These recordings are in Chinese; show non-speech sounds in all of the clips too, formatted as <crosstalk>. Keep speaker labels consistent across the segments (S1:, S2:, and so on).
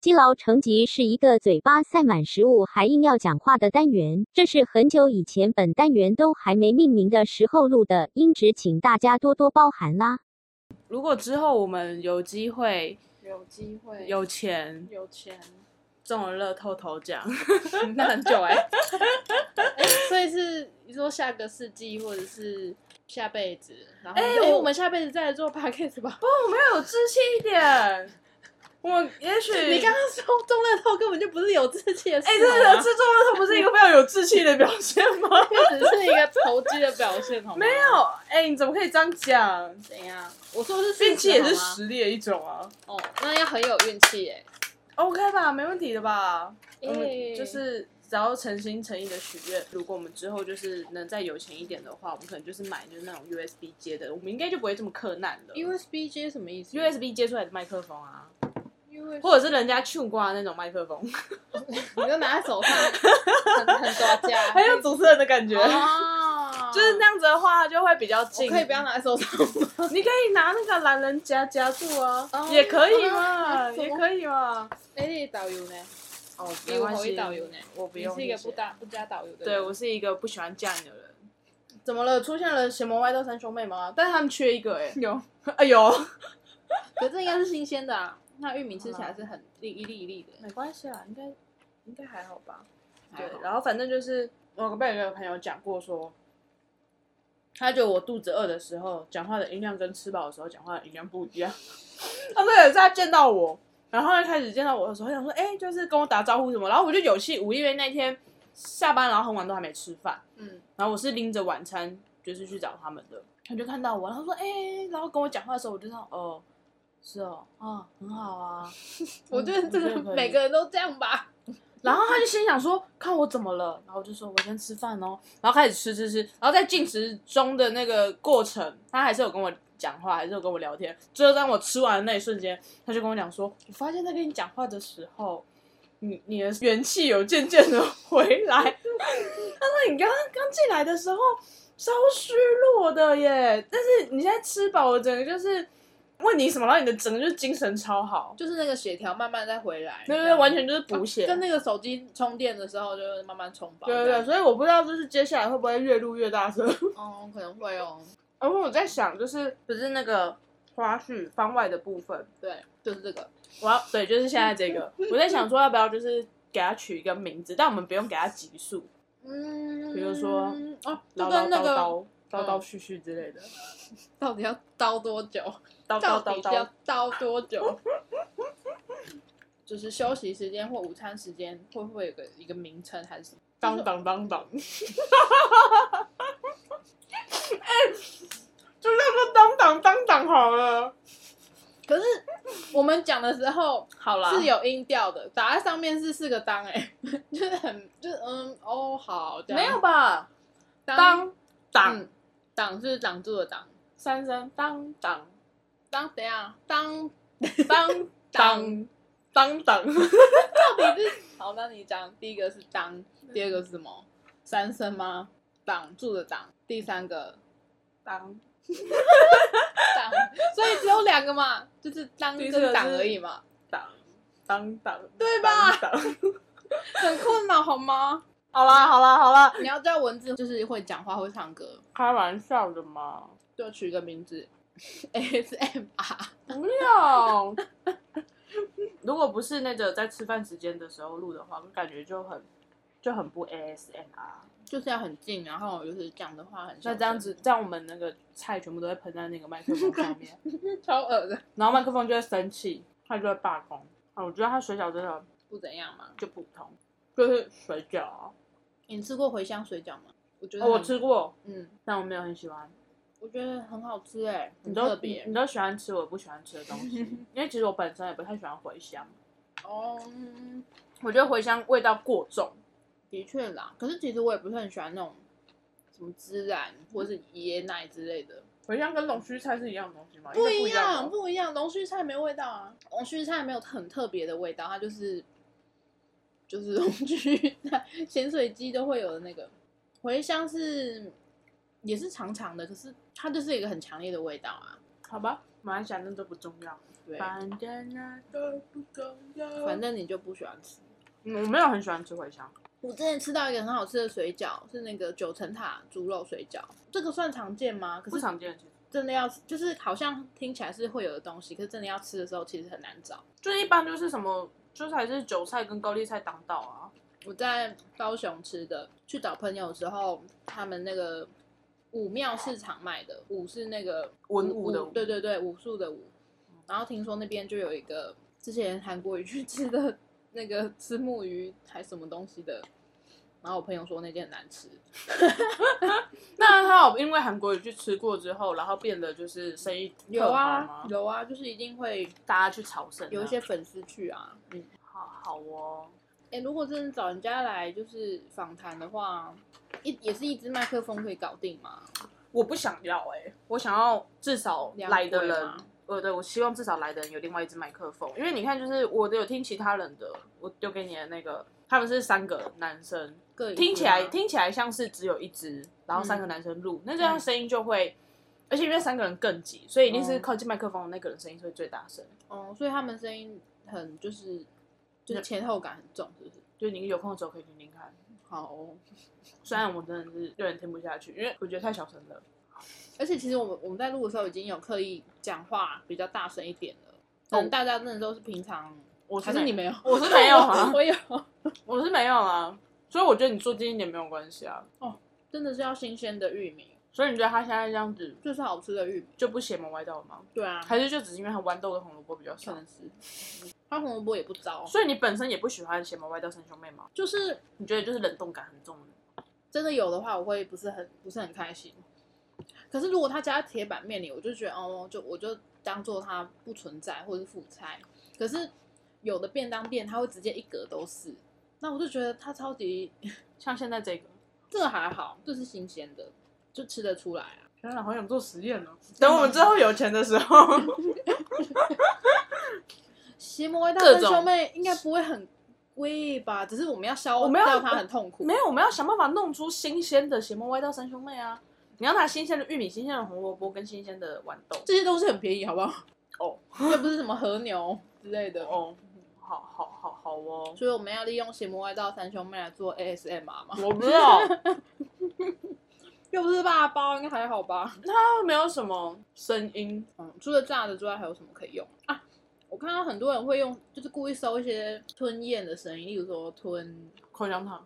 S1: 积劳成疾是一个嘴巴塞满食物还硬要讲话的单元，这是很久以前本单元都还没命名的时候录的，音质请大家多多包涵啦。
S2: 如果之后我们有机会、
S3: 有机会
S2: 有钱 <laughs>
S3: 有钱，
S2: 中了乐透头 <laughs> 奖，
S3: 那很久哎、
S2: 欸
S3: <laughs> 哎所以是你说下个世纪或者是下辈子，然后
S2: 哎
S3: 哎、
S2: 我
S3: 我们下辈子再来做 podcast 吧。
S2: 我们要有志气一点。我们也许
S3: 你刚刚说中乐透根本就不是有志气的事，
S2: 哎，这个制作乐透不是一个非常有志气的表现吗？ <laughs>
S3: 这只是一个投机的表现，好吗？
S2: 没有，哎，你怎么可以这样讲？
S3: 怎样，我说的是事实
S2: 运气也是
S3: 好吗
S2: 实力的一种啊。
S3: 哦，那要很有运气哎。
S2: OK 吧，没问题的吧？
S3: 耶
S2: 我们就是只要诚心诚意的许愿，如果我们之后就是能再有钱一点的话，我们可能就是买就是那种 USB 接的，我们应该就不会这么克难了。
S3: USB 接什么意思
S2: USB 接出来的麦克风啊，
S3: USB
S2: 或者是人家去挂那种麦克 <laughs> 风，
S3: 你就拿在手上，很很多
S2: <laughs>
S3: 家，
S2: 很有主持人的感觉。
S3: 哦，
S2: <laughs> 就是那样子的话，就会比较
S3: 我
S2: 近。
S3: 可以不要拿在手 <laughs> 上吗？
S2: 你可以拿那个懒人夹夹住啊
S3: 哦，
S2: 也可以嘛，
S3: 嗯什么
S2: 也可以嘛。
S3: 哎，你导游呢？
S2: 哦，
S3: 你
S2: 没关
S3: 我
S2: 系
S3: 一，导游呢？
S2: 我不
S3: 你
S2: 用。
S3: 是一个不搭不加导游的人。
S2: 对我是一个不喜欢嫁你的人。怎么了？出现了邪魔外道三兄妹吗？但是他们缺一个哎、有，哎呦，
S3: 可这应该是新鲜的啊。那玉米吃起来是很粒一粒一粒的。
S2: 没关系啦，应该应该还好吧。对
S3: 还好，
S2: 然后反正就是我被一个朋友讲过说，他觉得我肚子饿的时候讲话的音量跟吃饱的时候讲话的音量不一样。 <laughs> 他说有一次他见到我，然后一开始见到我的时候，他想说哎、就是跟我打招呼什么，然后我就有气无力，因为那天下班然后很晚都还没吃饭，
S3: 嗯，
S2: 然后我是拎着晚餐就是去找他们的，他就看到我，然后说哎、然后跟我讲话的时候，我就说哦，是哦，啊，很好
S3: <laughs>
S2: 啊。
S3: 我觉得这
S2: 嗯我觉得可
S3: 个
S2: 以
S3: 每个人都这样吧。
S2: 然后他就心想说：“看我怎么了？”然后我就说：“我先吃饭哦。”然后开始吃吃吃，然后在进食中的那个过程，他还是有跟我讲话，还是有跟我聊天。最后当我吃完的那一瞬间，他就跟我讲说：“我发现在跟你讲话的时候，你你的元气有渐渐的 <laughs> 回来。”他说：“你刚刚刚进来的时候超虚弱的耶，但是你现在吃饱了，整个就是问你什么，然后你的整个就是精神超好。”
S3: 就是那个血条慢慢再回来，
S2: 对对
S3: 这
S2: 对，
S3: 样啊
S2: 完全就是补血、
S3: 跟那个手机充电的时候就是慢慢充饱。
S2: 对
S3: 这
S2: 对，
S3: 样
S2: 对，所以我不知道就是接下来会不会越录越大 <laughs> 声。
S3: 哦，可能会哦。
S2: 然后我在想，就是不是那个花絮番外的部分，
S3: 对，就是这个。
S2: 我要对，就是现在这 <laughs> 个，我在想说要不要就是给它取一个名字，但我们不用给它级数，
S3: 嗯，
S2: 比如说
S3: 哦，就
S2: 唠
S3: 跟
S2: 唠
S3: 那
S2: 叨
S3: 个
S2: 叨叨叨絮絮之类的，
S3: 到底要刀多久？
S2: 叨
S3: 到
S2: 叨
S3: 底
S2: 叨
S3: 要
S2: 叨。
S3: 刀多久？ <laughs> 就是休息时间或午餐时间，会不会有个一个名称还是什么？
S2: 当当当 <laughs> 当，哎、就叫做当当当当好了。
S3: 可是我们讲的时候
S2: 好啦
S3: 是有音调的，打在上面是四个当、哎， <laughs> 就是很就是嗯哦好，这样
S2: 没有吧？
S3: 当
S2: 当当、
S3: 嗯挡是挡住的挡，
S2: 三声当当
S3: 当怎样？当
S2: 当当当当。
S3: 到底是好？那你讲第一个是当，第二个是什么？三声吗？挡住的挡，第三个
S2: 当
S3: 挡，所以只有两个嘛，就是当
S2: 第四个
S3: 跟
S2: 是
S3: 挡而已嘛，
S2: 当当当，
S3: 对吧
S2: 当？当
S3: 很困扰好吗？
S2: 好啦好啦好啦，
S3: 你要叫文字就是会讲话会唱歌，
S2: 开玩笑的嘛，
S3: 就取个名字 ASMR。
S2: 不要。如果不是那个在吃饭时间的时候录的话，我感觉就很就很不 ASMR。
S3: 就是要很近，然后就是讲的话很
S2: 那
S3: 小声
S2: 这样子，这样我们那个菜全部都会喷在那个麦克风上面，
S3: 超恶的，
S2: 然后麦克风就会生气，它就会罢工。啊，我觉得它水饺真的
S3: 不怎样嘛。
S2: 就普通，就是水饺啊、
S3: 你吃过茴香水饺吗？我觉得
S2: 哦，我
S3: 很
S2: 吃，过，
S3: 嗯，
S2: 但我没有很喜欢。
S3: 我觉得很好吃哎，
S2: 你嗯
S3: 很
S2: 都
S3: 特
S2: 你
S3: 别
S2: 你都喜欢吃我不喜欢吃的东
S3: <laughs>
S2: 西，因为其实我本身也不太喜欢茴香，
S3: 哦。嗯
S2: 我觉得茴香味道过重。
S3: 的确啦，可是其实我也不是很喜欢那种什么孜然或是椰奶之类的，
S2: 茴香跟龙须菜是一样的东西吗？
S3: 不
S2: 应该
S3: 一
S2: 不
S3: 样，
S2: 吧
S3: 不一样。龙须菜没味道啊，龙须菜没有很特别的味道，它就是就是 <laughs> 龙须菜，咸水鸡都会有的那个茴香是也是长长的，可是它就是一个很强烈的味道啊。
S2: 好吧，马来西亚那都不重要，
S3: 对，
S2: 反正那都不重要。
S3: 反正你就不喜欢吃。
S2: 嗯我没有很喜欢吃茴香，
S3: 我之前吃到一个很好吃的水饺，是那个九层塔猪肉水饺，这个算常见吗？可
S2: 不
S3: 是
S2: 常见的其实
S3: 真的要吃，就是好像听起来是会有的东西，可是真的要吃的时候其实很难找。
S2: 就一般就是什么，就是还是韭菜跟高丽菜当道啊。
S3: 我在高雄吃的，去找朋友的时候，他们那个武庙市场卖的，武是那个
S2: 文武的武
S3: 对对对，武术的武。然后听说那边就有一个之前韩国瑜去吃的那个吃木鱼还什么东西的，然后我朋友说那间很难吃，
S2: 那他有因为韩国语去吃过之后，然后变得就是生意
S3: 有
S2: 特好
S3: 啊
S2: 吗
S3: 有啊，就是一定会
S2: 大家去朝圣啊、
S3: 有一些粉丝去啊。
S2: 好好哦，
S3: 哎、如果真的找人家来就是访谈的话，一也是一支麦克风可以搞定嘛？
S2: 我不想要哎、我想要至少来的
S3: 两轨
S2: 人
S3: 吗，
S2: 呃，对我希望至少来的人有另外一支麦克风，因为你看，就是我的有听其他人的，我丢给你的那个，他们是三个男生，
S3: 各一支啊
S2: 听起来
S3: 吗
S2: 听起来像是只有一支，然后三个
S3: 嗯
S2: 男生录，那这样声音就会，而且因为三个人更挤，所以一定是
S3: 哦
S2: 靠近麦克风的那个人声音是会最大声，
S3: 哦，所以他们声音很就是就是
S2: 那
S3: 前后感很重，是不是？
S2: 就你有空的时候可以听听看。
S3: 好、哦，
S2: 虽然我真的是有点听不下去，因为我觉得太小声了。
S3: 而且其实我们我们在录的时候已经有刻意讲话比较大声一点了，
S2: 哦
S3: 可能大家真的都是平常，
S2: 我
S3: 还是你没有？
S2: 我是没有啊
S3: <laughs> 我有，
S2: 我是没有啊，所以我觉得你做近一点没有关系啊。
S3: 真的是要新鲜的玉米，
S2: 所以你觉得他现在这样子
S3: 就是好吃的玉米。
S2: 就不邪门歪道吗？
S3: 对啊，
S2: 还是就只是因为他豌豆跟红萝卜比较
S3: 可
S2: 少？
S3: 能是，它红萝卜也不糟，
S2: 所以你本身也不喜欢邪门歪道三兄妹吗？
S3: 就是
S2: 你觉得就是冷冻感很重？
S3: 真的有的话，我会不是很不是很开心。可是如果他加在铁板面里，我就觉得哦，就我就当做它不存在或者是副菜。可是有的便当店它会直接一格都是，那我就觉得它超级 <laughs>
S2: 像现在这个，
S3: 这个还好，这是新鲜的，就吃得出来啊。
S2: 天哪，好想做实验哦！ <laughs> 等我们之后有钱的时 <laughs> 候，
S3: 邪魔歪道
S2: 各
S3: 三
S2: 种
S3: 兄妹应该不会很贵吧？只是我们要消
S2: 我们要
S3: 掉它很痛苦。
S2: 没有，我们要想办法弄出新鲜的邪门歪道三兄妹啊！你要拿新鲜的玉米、新鲜的红萝卜跟新鲜的豌豆。
S3: 这些都是很便宜，好不好？ <laughs>
S2: 哦，
S3: 又不是什么和牛之类的。
S2: 哦，好好好好哦。
S3: 所以我们要利用邪魔歪道三兄妹来做 ASMR 嘛？
S2: 我不知道，
S3: 又不是辣包，应该还好吧？
S2: 它 <laughs> 没有什么声音，
S3: 嗯，除了炸的之外，还有什么可以用啊？我看到很多人会用，就是故意搜一些吞咽的声音，例如说吞，
S2: 口香糖。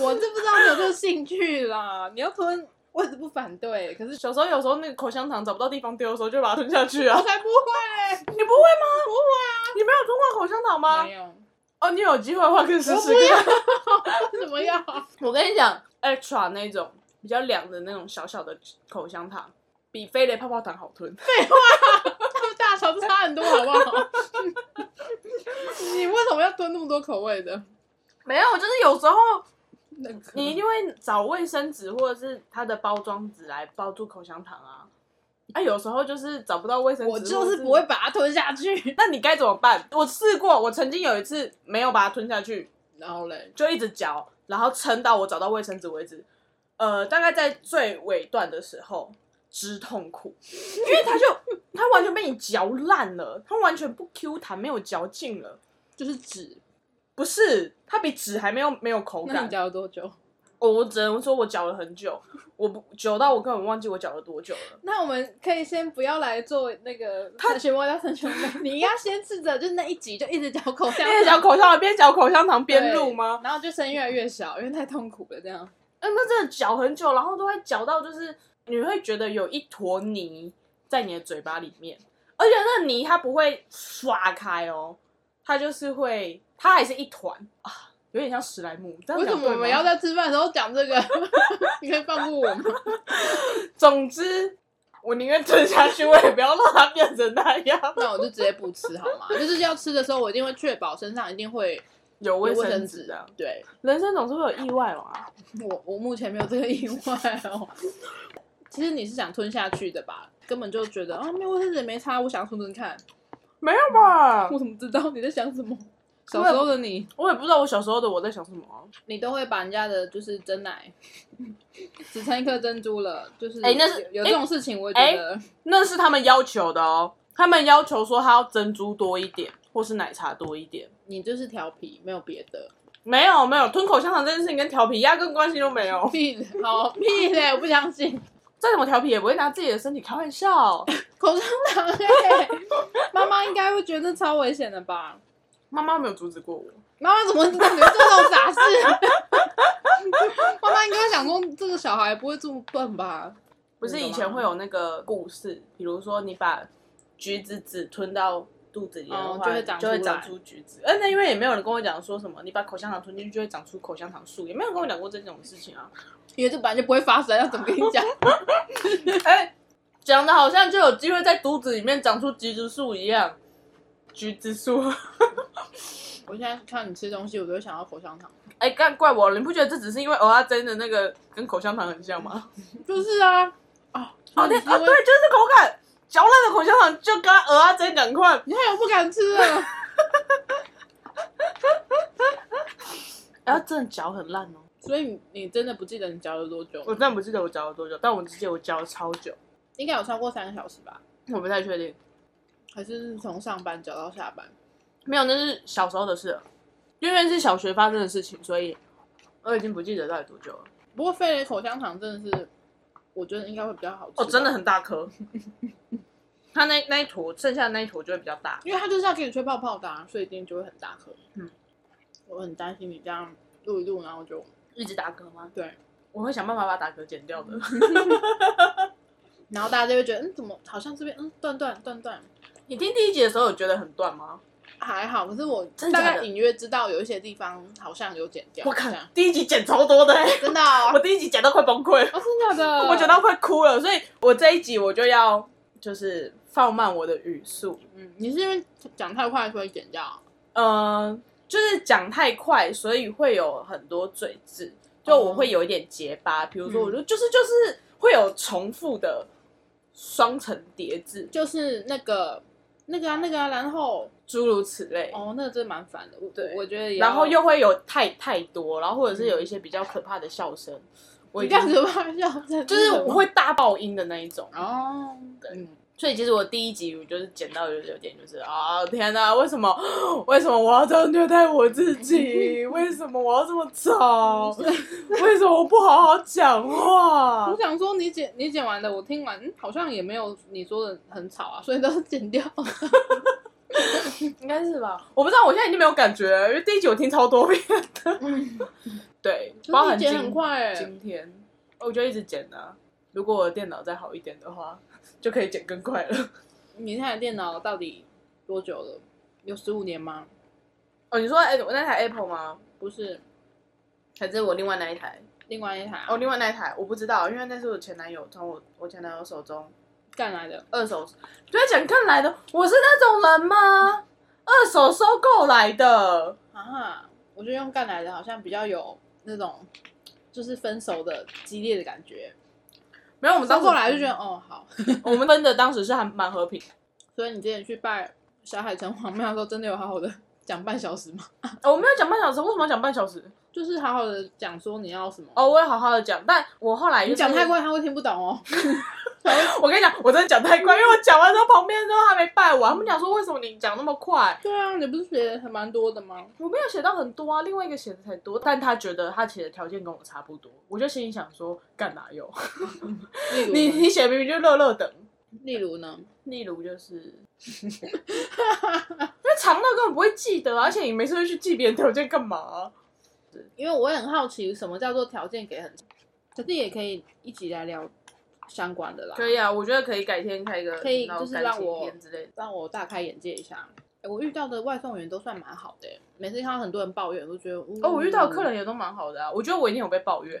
S3: 我就不知道你有这个兴趣啦。 <laughs> 你要吞，我也是不反对，可是
S2: 小时候有时候那个口香糖找不到地方丢的时候，就把它吞下去啊
S3: 我。才不会、
S2: <laughs> 你不会吗？不会啊。你没有吞过口香糖吗
S3: 没？有，
S2: 哦，你有机会的话可以试试
S3: <laughs>
S2: 看。 <laughs>
S3: 怎么样？
S2: 我跟你讲，extra 那种比较凉的那种小小的口香糖，比飞雷泡泡糖好吞。
S3: 他们大小都差很多，好不好？ <laughs> 你为什么要吞那么多口味的？
S2: <laughs> 没有，就是有时候 <laughs>
S3: 那个
S2: 你一定会找卫生纸或者是它的包装纸来包住口香糖啊。啊，有时候就是找不到卫生纸，
S3: 我就
S2: 或
S3: 是
S2: 者
S3: 不会。把它吞下去。
S2: 那你该怎么办？我试过，我曾经有一次没有把它吞下去，
S3: 然后嘞，
S2: 就一直嚼，然后撑到我找到卫生纸为止。呃，大概在最尾段的时候，之痛苦，因为它就它完全被你嚼烂了，它完全不 Q 弹，没有嚼劲了。
S3: 就是纸。
S2: 不是，它比纸还没有没有口
S3: 那
S2: 感哦
S3: 你。嚼了多久？
S2: 我我只能说我嚼了很久，我不嚼到我根本忘记我嚼了多久了。
S3: 那我们可以先不要来做那个他漩涡到三兄
S2: <laughs>
S3: 妹，你要先试着就是那一集就一 <laughs> 直嚼口香糖，
S2: 边嚼口香糖边嚼口香糖边录
S3: 对
S2: 吗？
S3: 然后就声越来越小，因为太痛苦了这样。
S2: 嗯，那真的嚼很久，然后都会嚼到就是你会觉得有一坨泥在你的嘴巴里面，而且那泥它不会刷开哦，它就是会，它还是一团啊，有点像史莱姆。这样
S3: 为什
S2: 讲
S3: 么我
S2: 对吗
S3: 们要？在吃饭的时候讲这个？ <laughs> 你可以放过我吗？
S2: 总之，我宁愿吞下去，我也不要让它变成那样。
S3: 那我就直接不吃好吗？就是要吃的时候，我一定会确保身上一定会
S2: 有
S3: 有
S2: 卫
S3: 卫
S2: 生
S3: 生
S2: 纸
S3: 纸
S2: 的，
S3: 对
S2: 人生总是会有意外嘛。
S3: 我，我目前没有这个意外哦。 <laughs> 其实你是想吞下去的吧？根本就觉得啊，没有卫生纸也没差，我想吞吞看。
S2: 没有吧？
S3: 我怎么知道你在想什么？小时候的你，
S2: 我也不知道我小时候的我在想什么啊、
S3: 你都会把人家的就是真奶 <laughs> 只剩一颗珍珠了，就是
S2: 哎那是
S3: 有有
S2: 哎
S3: 这种事情，我也觉得
S2: 那是他们要求的哦，他们要求说他要珍珠多一点，或是奶茶多一点。
S3: 你就是调皮，没有别的。
S2: 没有没有，吞口香糖这件事情跟调皮压根关系都没有。
S3: 屁的，好屁的，我不相信。
S2: <laughs>
S3: <laughs>
S2: 再怎么调皮，也不会拿自己的身体开玩笑。
S3: 口香糖哎、妈妈应该会觉得超危险的吧？
S2: 妈妈没有阻止过我，
S3: 妈妈怎么你会做这种傻事？ <laughs> 妈妈应该会想说，这个小孩不会这么笨吧？
S2: 不是以前会有那个故事，比如说你把橘子籽吞到肚子里的话，
S3: 哦就会长出来
S2: 出橘子。哎，那因为也没有人跟我讲说什么，你把口香糖吞进去就会长出口香糖树，也没有人跟我讲过这种事情啊。 <laughs>
S3: 因为这本来就不会发生，要怎么跟你讲？
S2: 哎，讲的好像就有机会在肚子里面长出橘子树一样，橘子树。
S3: 我现在看你吃东西，我都会想到口香糖。
S2: <laughs> 哎，干怪我了！你不觉得这只是因为蚵仔煎的那个跟口香糖很像吗？
S3: 就是啊，啊，
S2: 哦，那
S3: 你
S2: 啊，对，就是口感，嚼烂的口香糖就跟蚵仔煎赶快。
S3: 你看我不敢吃了。
S2: 然后真的嚼很烂哦，
S3: 所以你你真的不记得你嚼了多久
S2: 我
S3: 吗？
S2: 真的不记得我嚼了多久，但我只记得我嚼了超久，
S3: 应该有超过三个小时吧？
S2: 我不太确定。
S3: 还是从上班嚼到下班？
S2: 没有，那是小时候的事了，因为是小学发生的事情，所以我已经不记得到底多久了。
S3: 不过飞雷口香糖真的是，我觉得应该会比较好吃。
S2: 哦，真的，很大颗， <laughs> 它那那一坨剩下的那一坨就会比较大。
S3: 因为它就是要给你吹泡泡的、啊，所以一定就会很大颗。
S2: 嗯，
S3: 我很担心你这样录一录，然后就
S2: 一直打嗝吗？嗯
S3: 对，
S2: 我会想办法把打嗝剪掉的。
S3: 然后大家就会觉得，嗯，怎么好像这边嗯断断断断，
S2: <laughs> 你听第一集的时候有觉得很断吗？
S3: 还好。可是我
S2: 真的
S3: 大
S2: 假的
S3: 概隐约知道有一些地方好像有剪掉，
S2: 我
S3: 这
S2: 靠
S3: 样，
S2: 第一集剪超多的、欸，
S3: 真的哦、
S2: 我第一集剪到快崩溃了。
S3: 哦，真的假的，
S2: 我觉得快哭了，所以我这一集我就要就是放慢我的语速，
S3: 嗯，你是因为讲太快所以剪掉啊，
S2: 嗯、就是讲太快，所以会有很多嘴字，就我会有一点结巴，
S3: 哦
S2: 比
S3: 嗯
S2: 如说我就就是就是会有重复的双层叠字，
S3: 就是那个那个啊那个啊，然后
S2: 诸如此类，
S3: 哦，那个真的蛮烦的，我
S2: 对
S3: 我觉得也要，
S2: 然后又会有太太多，然后或者是有一些比较可怕的笑声，我
S3: 嗯你
S2: 已
S3: 这样
S2: 经
S3: 子吧，笑声
S2: 就是我会大爆音的那一种，
S3: 哦，嗯，
S2: 所以其实我第一集我就是剪到有有点就是啊天哪，为什么 <gasps> 为什么我要这样虐待我自 <laughs> 己？为什么我要这么 <laughs> 吵？为什么我不好好讲话
S3: 我？想说你剪你剪完的，我听完、嗯、好像也没有你说的很吵啊，所以都是剪掉。 <laughs>
S2: 应该是吧？我不知道，我现在已经没有感觉了，因为第一集我听超多遍的。 <laughs> 对，包
S3: 可是
S2: 含
S3: 你剪
S2: 今
S3: 很快欸
S2: 今天我就一直剪啊。如果我的电脑再好一点的话，就可以剪更快了。
S3: 你那台电脑到底多久了？有十五年吗？
S2: 哦，你说哎、我那台 Apple 吗？
S3: 不是，
S2: 还是我另外那一台？
S3: 另外一台、啊
S2: 哦，另外那一台我不知道，因为那是我前男友从我我前男友手中
S3: 干来的。
S2: 二手，就会讲看来的，我是那种人吗？二手收购来的，
S3: 啊，我觉得用干来的好像比较有那种就是分手的激烈的感觉。
S2: 没有，我们
S3: 到
S2: 当
S3: 后
S2: 时嗯
S3: 来就觉得哦好，
S2: 我们分的当时是还蛮和平的、
S3: 所以你之前去拜小海城隍庙的时候，真的有好好的 <laughs> 讲半小时吗？ <laughs>
S2: 哦我没有讲半小时，为什么要讲半小时？
S3: 就是好好的讲说你要什么。
S2: 哦，，我会好好的讲，但我后来、就
S3: 你
S2: 是、
S3: 讲太，快他会听不懂哦。 <laughs>
S2: 我跟你讲，我真的讲太快，因为我讲完之后旁边都还没拜完，他们讲说为什么你讲那么快？
S3: 对啊，你不是写的还蛮多的吗？
S2: 我没有写到很多啊，另外一个写的才多，但他觉得他写的条件跟我差不多，我就心里想说，干哪有？
S3: 例如呢
S2: 你你写明明就乐乐等，
S3: 例如呢？
S2: 例如就是， <laughs> 因为长到根本不会记得啊，而且你没事会去记别人条件干嘛啊、
S3: 因为我也很好奇什么叫做条件给很，可是也可以一起来聊相关的啦。
S2: 可以啊，我觉得可以改天开一个
S3: 可以
S2: 那种
S3: 就是
S2: 感
S3: 让
S2: 情
S3: 我
S2: 片之类的。
S3: 让我大开眼界一下。诶我遇到的外送员都算蛮好的、每次看到很多人抱怨，我都觉得
S2: 哦，我遇到的客人，也都蛮好的啊，我觉得我一定有被抱 <laughs> 怨。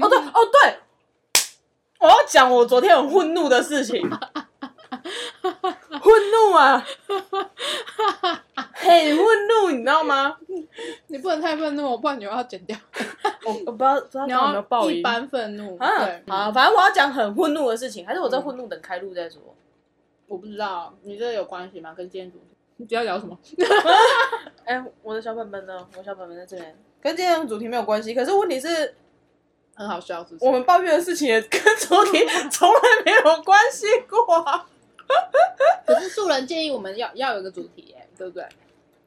S2: 哦对哦对，我要讲我昨天很愤怒的事 <laughs> 情，愤怒啊，很愤怒，你知道吗？
S3: 嗯你不能太愤怒，不然你又要剪掉。
S2: 我我不知道不知道
S3: 你
S2: 刚刚有没有
S3: 要
S2: 爆
S3: 一
S2: 音
S3: 般愤怒，
S2: 啊
S3: 对，
S2: 好，反正我要讲很愤怒的事情，还是我在愤怒等开录再说。
S3: 我不知道你这有关系吗？跟今天主题你不要聊什么？
S2: 哎、我的小本本呢？我的小本本在这边，跟今天的主题没有关系。可是问题是，
S3: 很好笑，是不是？
S2: 我们抱怨的事情也跟主 <laughs> 题从来没有关系过啊。
S3: 可是素人建议我们要要有一个主题、耶，对不对？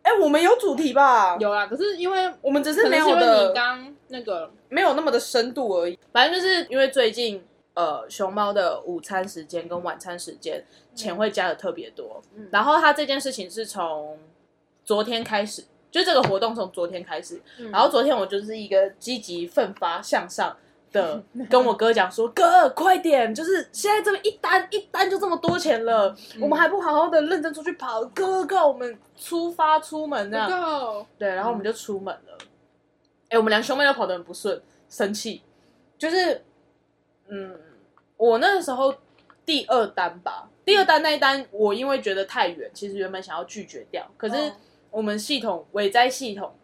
S2: 哎、我们有主题吧？，
S3: 有啦，可是因为
S2: 我们只
S3: 可
S2: 是没
S3: 能
S2: 有
S3: 是因为
S2: 的
S3: 你刚那个
S2: 没有那么的深度而已。反正就是因为最近呃，熊猫的午餐时间跟晚餐时间钱会加的特别多，
S3: 嗯
S2: 然后它这件事情是从昨天开始，就这个活动从昨天开始，
S3: 嗯
S2: 然后昨天我就是一个积极奋发向上。的跟我哥讲说，哥快点，就是现在这么一单一单就这么多钱了，
S3: 嗯
S2: 我们还不好好的认真出去跑，哥哥，我们出发出门这样
S3: 不，够，
S2: 对，然后我们就出门了。哎、我们两兄妹都跑得很不顺，生气。就是，嗯，我那时候第二单吧，第二单那一单，我因为觉得太远，其实原本想要拒绝掉，可是
S3: 嗯
S2: 我们系统伪灾系统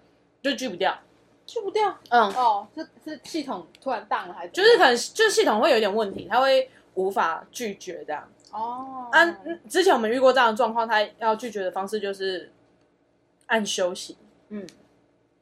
S2: 就拒不掉。
S3: 去不掉
S2: 嗯，
S3: 哦，是是系统突然荡了还是？
S2: 就是可能就是系统会有一点问题，它会无法拒绝这样。
S3: 哦，
S2: 按、嗯之前我们遇过这样的状况，他要拒绝的方式就是按休息。
S3: 嗯，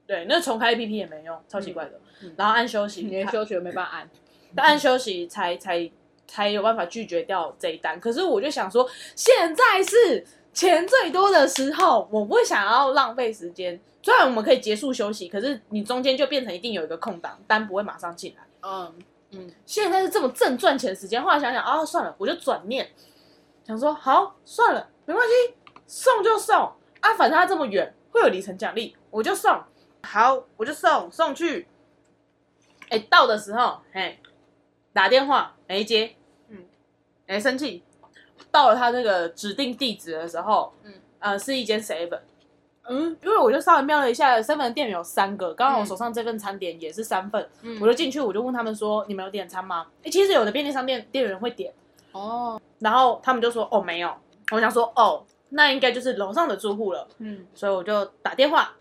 S2: 对，那重开 APP 也没用，超奇怪的。
S3: 嗯嗯
S2: 然后按休息，
S3: 你连休学没办法
S2: <laughs>
S3: 按，
S2: 但按休息才才才有办法拒绝掉这一单。可是我就想说，现在是钱最多的时候，我不想要浪费时间。虽然我们可以结束休息，可是你中间就变成一定有一个空档，单不会马上进来。
S3: 嗯嗯，
S2: 现在是这么正赚钱的时间，后来想想啊，算了，我就转念，想说好算了，没关系，送就送啊，反正它这么远，会有里程奖励，我就送，好，我就送送去。哎、到的时候，哎，打电话没接，嗯
S3: 嗯，
S2: 哎、生气。到了他那个指定地址的时候，嗯
S3: 嗯，
S2: 呃，是一间 seven，
S3: 嗯
S2: 因为我就稍微瞄了一下，seven 的店员有三个，刚好我
S3: 嗯
S2: 手上这份餐点也是三份，
S3: 嗯
S2: 我就进去，我就问他们说：“你们有点餐吗？”诶其实有的便利商店店员会点，
S3: 哦，
S2: 然后他们就说：“哦，没有。”我想说：“哦，那应该就是楼上的住户了。
S3: 嗯”
S2: 所以我就打电话，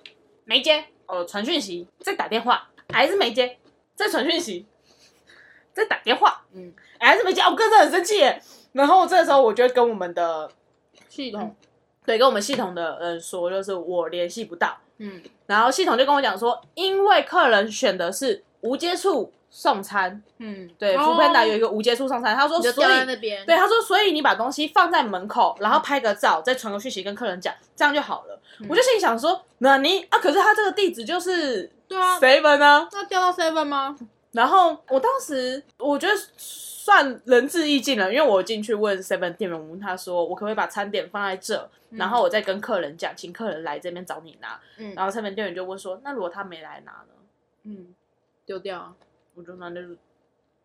S2: 没接；哦，传讯息，再打电话，还是没接；再传讯息，再打电话，
S3: 嗯，
S2: 还是没接。哦我哥真的很生气耶。然后这时候我就会跟我们的
S3: 系统，
S2: 对跟我们系统的人说，就是我联系不到，
S3: 嗯
S2: 然后系统就跟我讲说，因为客人选的是无接触送餐。
S3: 嗯，
S2: 对，
S3: 哦
S2: 福佩达有一个无接触上餐，他说
S3: 你就
S2: 所
S3: 掉在
S2: 以
S3: 那边，
S2: 对，他说所以你把东西放在门口，然后拍个照，再传个讯息跟客人讲，这样就好了。
S3: 嗯
S2: 我就心里想说，那你啊，可是他这个地址就是
S3: 对啊
S2: seven 呢？
S3: 那掉到 seven 吗？
S2: 然后我当时我觉得算仁至义尽了，因为我进去问 seven 店员，我问他说我可不可以把餐点放在这，
S3: 嗯
S2: 然后我再跟客人讲，请客人来这边找你拿。
S3: 嗯
S2: 然后 seven 店员就问说，那如果他没来拿呢？
S3: 嗯，丢掉啊，
S2: 我就那就是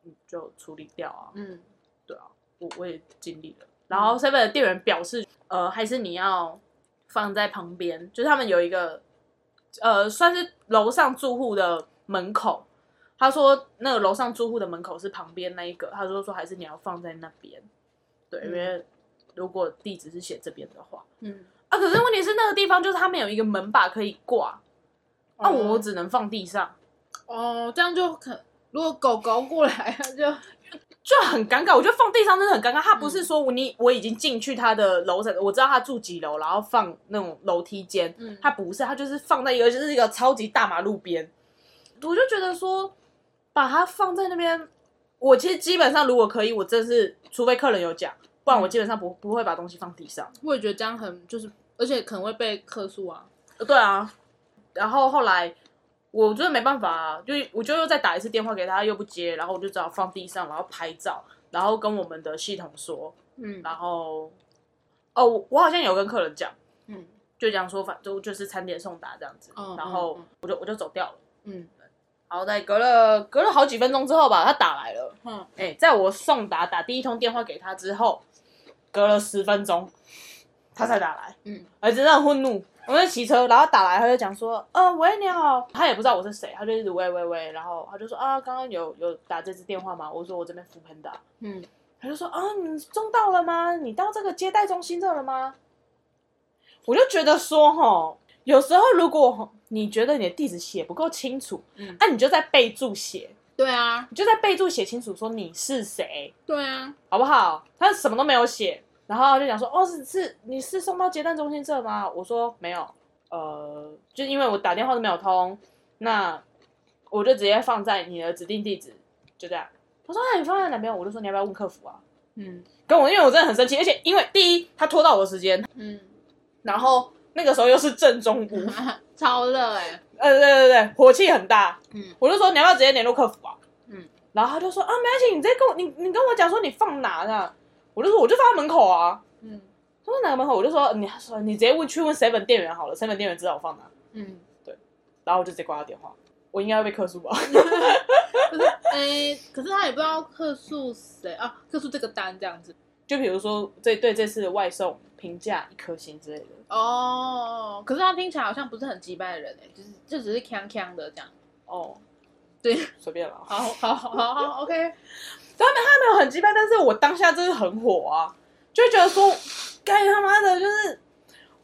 S2: 嗯就处理掉啊。
S3: 嗯
S2: 对啊，我我也经历了。然后 seven 的店员表示，呃，还是你要放在旁边，就是他们有一个，呃，算是楼上住户的门口。他说那个楼上住户的门口是旁边那一个，他说说还是你要放在那边，对，因为如果地址是写这边的话，
S3: 嗯，
S2: 啊，可是问题是那个地方就是他们有一个门把可以挂，那、
S3: 嗯
S2: 我只能放地上，
S3: 啊哦，这样就可，如果狗狗过来啊就
S2: 就很尴尬，我觉得放地上真的很尴尬。他不是说我你我已经进去他的楼层，我知道他住几楼，然后放那种楼梯间，
S3: 嗯
S2: 他不是，他就是放在一个就是一个超级大马路边。我就觉得说，把它放在那边，我其实基本上如果可以，我真是除非客人有讲，不然我基本上不不会把东西放地上。
S3: 我也觉得这样很就是，而且可能会被客诉啊。
S2: 呃对啊，然后后来我真的没办法、啊，就我就又再打一次电话给他，他又不接，然后我就只好放地上，然后拍照，然后跟我们的系统说，
S3: 嗯
S2: 然后哦，我我好像有跟客人讲，
S3: 嗯
S2: 就讲说反正就是餐点送达这样子，
S3: 嗯
S2: 然后
S3: 嗯嗯
S2: 我就我就走掉了。
S3: 嗯
S2: 然后在隔了隔了好几分钟之后吧，他打来了。
S3: 嗯，
S2: 哎、在我送达打第一通电话给他之后，隔了十分钟，他才打来。
S3: 嗯，
S2: 而且真的很愤怒。我在骑车，然后打来，他就讲说，呃，喂，你好，他也不知道我是谁，他就一直喂喂喂，然后他就说啊，刚刚有有打这支电话吗？我说我这边扶啊盆打，
S3: 嗯，
S2: 他就说啊，你中到了吗？你到这个接待中心这了吗？我就觉得说，吼，有时候如果吼你觉得你的地址写不够清楚，啊
S3: 嗯
S2: 那、你就在备注写，
S3: 对啊，
S2: 你就在备注写清楚说你是谁，
S3: 对啊，
S2: 好不好？他什么都没有写，然后就讲说，哦，是是你是送到接待中心这吗？我说没有，呃，就因为我打电话都没有通，那我就直接放在你的指定地址，就这样。他说，那、你放在哪边？我就说你要不要问客服啊？
S3: 嗯
S2: 跟我，因为我真的很生气，而且因为第一他拖到我的时间，
S3: 嗯， <laughs>
S2: 然后那个时候又是正中午， <laughs>
S3: 超热哎、
S2: 呃，对对对，火气很大。
S3: 嗯
S2: 我就说你要不要直接联络客服啊？
S3: 嗯，
S2: 然后他就说啊，没关系，你直接跟我，你你跟我讲说你放哪呢？我就说我就放在门口啊。
S3: 嗯
S2: 他说哪个门口？我就说你他说你直接问去问 seven 店员好了，seven 店员知道我放哪，
S3: 嗯，
S2: 然后我就直接挂他电话。我应该会被克诉吧？ <laughs>
S3: 可是哎、可是他也不知道客诉谁啊，客诉这个单这样子
S2: 就比如说这对这次的外送评价一颗星之类的，
S3: 哦。可是他听起来好像不是很击败的人哎、就是就只是锵锵的这样。
S2: 哦，
S3: 对，
S2: 随便了。
S3: 好好好好好，OK，
S2: 他没有很鸡掰，但是我当下真的很火啊，就觉得说，该他妈的，就是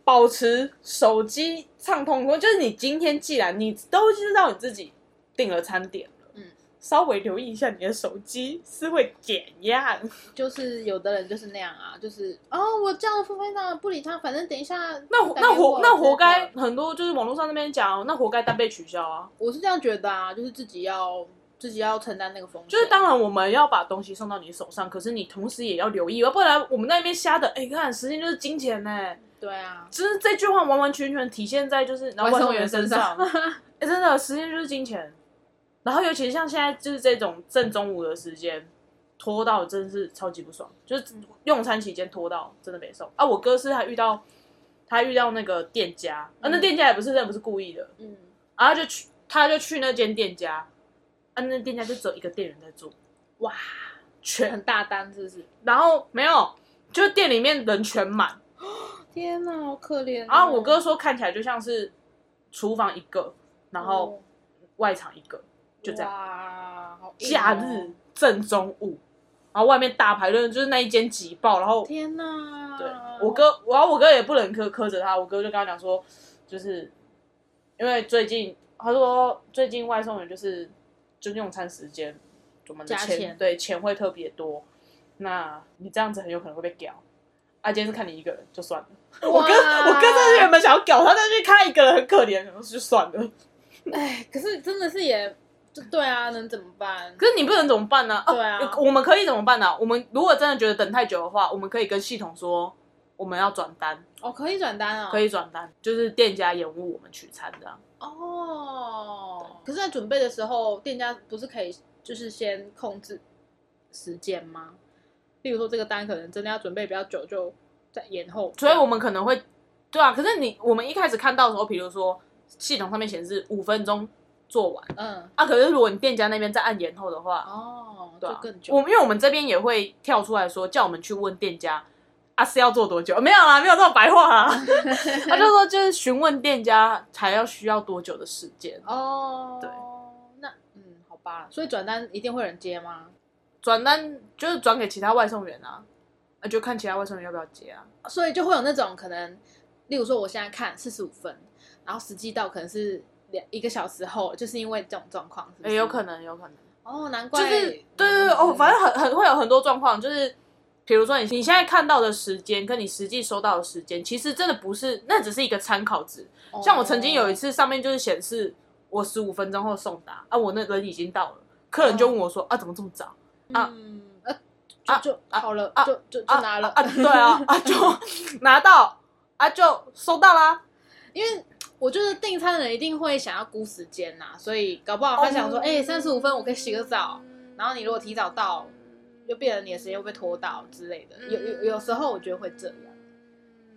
S2: 保持手机畅通沟通，就是你今天既然你都知道你自己订了餐点了，
S3: 嗯
S2: 稍微留意一下你的手机是会怎样。
S3: 就是有的人就是那样啊，就是哦，我叫了付费那不理他，反正等一下
S2: 那
S3: 打给
S2: 那
S3: 我
S2: 活那活该，
S3: 这个
S2: 很多就是网络上那边讲，那活该单被取消啊。
S3: 我是这样觉得啊，就是自己要自己要承担那个风险，
S2: 就是当然我们要把东西送到你手上，可是你同时也要留意，不然我们在那边瞎的，哎、看时间就是金钱呢、
S3: 对啊，
S2: 就是这句话完完全全体现在就是然后
S3: 外
S2: 外
S3: 送
S2: 送
S3: 员
S2: 员身
S3: 身上
S2: 上， <laughs> 哎、真的时间就是金钱。然后尤其是像现在就是这种正中午的时间拖到，真的是超级不爽。就是用餐期间拖到，真的没送啊！我哥是还遇到他遇到那个店家，啊，那
S3: 嗯
S2: 店家也不是真的不是故意的，
S3: 嗯，
S2: 然后他就去他就去那间店家，啊，那店家就只有一个店员在做，
S3: 哇，
S2: 全
S3: 很大单是不是？
S2: 然后没有，就店里面人全满，
S3: 天哪，好可怜、哦
S2: 然啊后我哥说看起来就像是厨房一个，然后
S3: 哦
S2: 外场一个，就这样。
S3: 哇，好硬哦
S2: 假日正中午，然后外面大排队，就是那一间挤爆。然后
S3: 天啊哪，
S2: 对我，哥，然后我哥也不能苛苛责他，我哥就跟他讲说，就是因为最近他说最近外送员就是就是用餐时间，我们的
S3: 加
S2: 钱
S3: 钱
S2: 对钱会特别多，那你这样子很有可能会被屌。啊，今天是看你一个人，就算了。 <laughs> 我哥，我哥真的原本想要屌他，但是看他一个人很可怜，然后就算了。
S3: 哎，可是真的是也，就对啊，能怎么办？
S2: 可是哦你不能怎么办呢、
S3: 对啊
S2: 我们可以怎么办呢、我们如果真的觉得等太久的话，我们可以跟系统说我们要转单，
S3: 哦，可以转单啊、
S2: 可以转单，就是店家延误我们取餐这样。
S3: 哦。可是，在准备的时候，店家不是可以就是先控制时间吗？例如说，这个单可能真的要准备比较久，就再延后。
S2: 所以我们可能会，对啊。可是你我们一开始看到的时候，比如说系统上面显示五分钟做完
S3: 嗯，
S2: 啊，可是如果你店家那边再按延后的话，
S3: 哦，
S2: 对
S3: 就
S2: 啊
S3: 更，久。
S2: 我们因为我们这边也会跳出来说，叫我们去问店家。啊，是要做多久？没有啦，没有这么白话
S3: <laughs>
S2: 啦。他就说，就是询问店家才要需要多久的时间。
S3: 哦，
S2: 对，
S3: 那嗯，好吧。所以转单一定会有人接吗？
S2: 转单就是转给其他外送员啊，啊就看其他外送员要不要接啊。
S3: 所以就会有那种可能，例如说我现在看四十五分，然后实际到可能是两一个小时后，就是因为这种状况，是不
S2: 也、
S3: 是？
S2: 有可。能，有可能，
S3: 哦，难怪。
S2: 就是对对对哦，反正很很会有很多状况，就是比如说你你现在看到的时间跟你实际收到的时间，其实真的不是，那只是一个参考值。
S3: 哦
S2: 像我曾经有一，次，上面就是显示我十五分钟后送达，啊，我那人已经到了，客人就问我说、啊，怎么这么早？啊
S3: 嗯，呃，
S2: 啊
S3: 就就
S2: 啊
S3: 好了，
S2: 啊
S3: 就就就
S2: 啊
S3: 拿了
S2: 啊，对啊，啊就拿到，啊就收到啦。
S3: 因为我觉得订餐的人一定会想要估时间呐，所以搞不好他想说，
S2: 哦
S3: 哎，三十五分我可以洗个澡，然后你如果提早到，又变成你的时间又被拖到之类的。有有有时候我觉得会这样。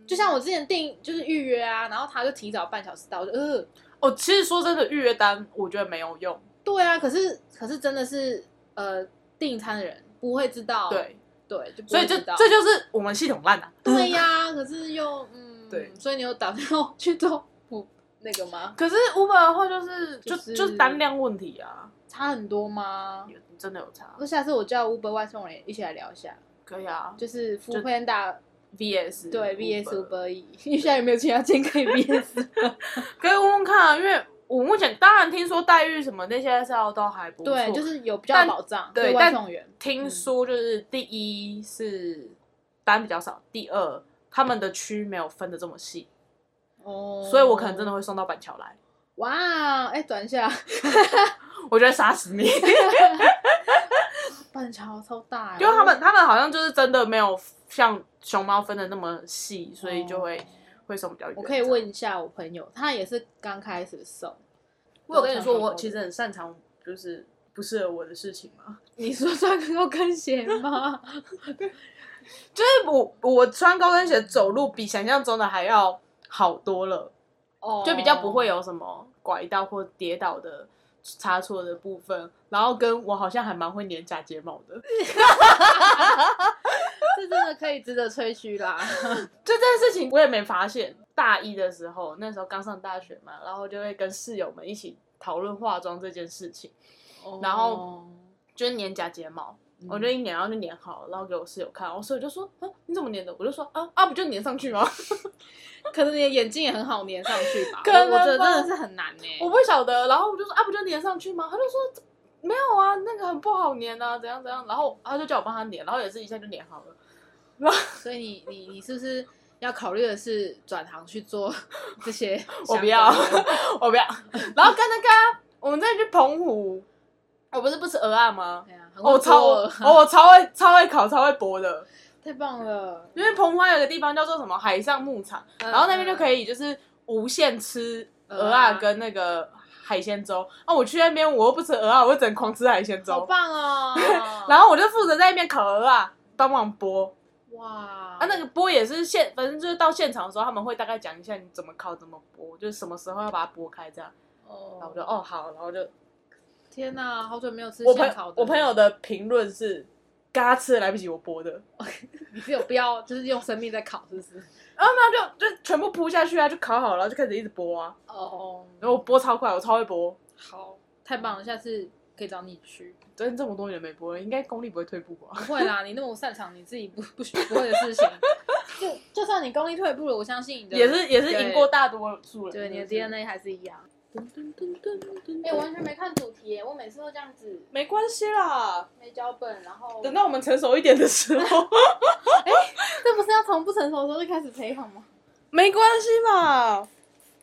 S3: 就像我之前订就是预约啊，然后他就提早半小时到，我就呃，
S2: 哦，其实说真的，预约单我觉得没有用。
S3: 对啊，可是可是真的是呃，订餐的人不会知道，
S2: 对，
S3: 对，就不
S2: 所
S3: 会
S2: 以这
S3: 知道
S2: 这就是我们系统烂啊。
S3: 对呀、可是又嗯，
S2: 对
S3: 所以你有打算要去做补那个吗？
S2: 可是 Uber 的话就是就
S3: 就是
S2: 就是单量问题啊，
S3: 差很多吗？
S2: 有真的有差
S3: 那。下次我叫 Uber 外送人一起来聊一下，
S2: 可以啊，就
S3: 就是福片大
S2: VS
S3: 对 VS
S2: Uber，
S3: Uber E，因为现在有没有其他
S2: <laughs>
S3: 间可以 VS？
S2: 可以问问看啊，因为我目前当然听说待遇什么那些是都还不错，
S3: 对，嗯就是有比较
S2: 但
S3: 保障
S2: 对
S3: 外送员，
S2: 听说就是第一是单比较少，第二他们的区没有分的这么细，
S3: 哦，
S2: 所以我可能真的会送到板桥来。
S3: 哇，哎，转一下，
S2: 我觉得杀死
S3: <laughs>
S2: 你，
S3: 板桥超大欸，
S2: 因为他们他们好像就是真的没有像熊猫分的那么细，所以就会、
S3: 哦
S2: 会送比较远。
S3: 我可以问一下我朋友，他也是刚开始送。
S2: 我有跟你说，我其实很擅长就是不适合我的事情嘛，
S3: 你说穿高跟鞋吗？
S2: <laughs> 就是我我穿高跟鞋走路比想象中的还要好多了，
S3: 哦
S2: 就比较不会有什么拐到或跌倒的差错的部分。然后跟我好像还蛮会粘假睫毛的， <laughs>
S3: <laughs> 这真的可以值得吹嘘啦。
S2: 就这件事情我也没发现。大一的时候，那时候刚上大学嘛，然后就会跟室友们一起讨论化妆这件事情，然后就是粘假睫毛。
S3: 嗯
S2: 我就一粘，然后就粘好了，然后给我室友看，我室友就说：“嗯，你怎么粘的？”我就说：“啊啊，不就粘上去吗？” <laughs>
S3: 可能你的眼镜也很好粘上去吧？
S2: 可能
S3: 我我觉得
S2: 吧
S3: 真的是很难呢、欸
S2: 我不晓得，然后我就说啊，不就粘上去吗？他就说这没有啊，那个很不好粘啊，怎样怎样。然后他就叫我帮他粘，然后也是一下就粘好了。
S3: 所以你你你是不是要考虑的是转行去做 <laughs> 这些相关的？
S2: 我不要， <laughs> 我
S3: <laughs>
S2: 不要。然后跟那个啊我们再去澎湖，我不是不吃鹅啊吗？
S3: 对啊，很
S2: 我、
S3: 会
S2: 超
S3: 做
S2: 我、我超会超会烤超会剥的，
S3: 太棒了。
S2: 因为澎湖还有个地方叫做什么海上牧场， <laughs> 然后那边就可
S3: 以，
S2: 以就是无限吃鹅
S3: 嗯鹅
S2: 啊
S3: 啊
S2: 跟那个海鲜粥。啊，我去那边我又不吃鹅啊，我只能狂吃海鲜
S3: 好
S2: 粥。！
S3: 棒哦
S2: <laughs> 然后我就负责在那边烤鹅啊，帮忙剥。
S3: 哇，
S2: 啊，那个剥也是现，反正就是到现场的时候，他们会大概讲一下你怎么烤、怎么剥，就是什么时候要把它剥开这样。
S3: 哦，
S2: 然后我就哦好，然后就
S3: 天哪、好久没有吃
S2: 我朋
S3: 现烤的。
S2: 我朋友的评论是，刚他吃的来不及我剥的，
S3: 你是有必要就是用生命在烤，是
S2: <laughs>
S3: 不是？
S2: 然后那就就全部铺下去啊，就烤好了，然后就开始一直剥啊，
S3: 哦，
S2: 然后我剥超快，我超会剥，
S3: 好，太棒了，下次可以找你去。
S2: 真的这么多年没剥了，应该功力不会退步吧？
S3: 不会啦，你那么擅长你自己不不不会的事情， <laughs> 就就算你功力退步了，我相信你的
S2: 也是也是赢过大多数人，
S3: 对对你的
S2: 真是
S3: DNA 还是一样。
S2: 噔噔噔噔噔
S3: 哎、我完全没看主题耶，我每次都这样子，
S2: 没关系啦，
S3: 没脚本，然后
S2: 等到我们成熟一点的时候， <laughs>
S3: 这不是要从不成熟的时候就开始培养吗？
S2: 没关系嘛。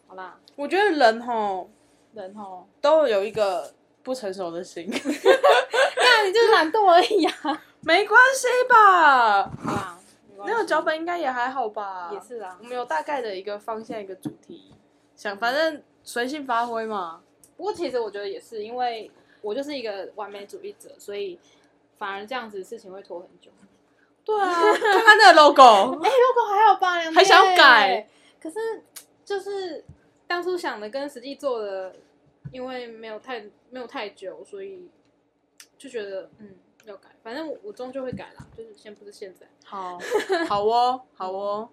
S3: 好啦，
S2: 我觉得人吼
S3: 人哦，
S2: 都有一个不成熟的心，
S3: 那你就是懒惰而已啊。
S2: 没关系吧？
S3: 好啦，没关
S2: 那
S3: 系
S2: 个脚本应该也还好吧？
S3: 也，是啦
S2: 我，们有大概的一个方向，一个主题，想反正随性发挥嘛。
S3: 不过其实我觉得也是，因为我就是一个完美主义者，所以反而这样子事情会拖很久。
S2: 对啊，看看那个 logo，
S3: <laughs> 哎、如果还有八两，
S2: 还想要改，
S3: 可是就是当初想的跟实际做的，因为没有太没有太久，所以就觉得嗯
S2: <laughs>
S3: 要改，反正我我终究会改啦，就是先不是现在。
S2: 好，好哦，好哦。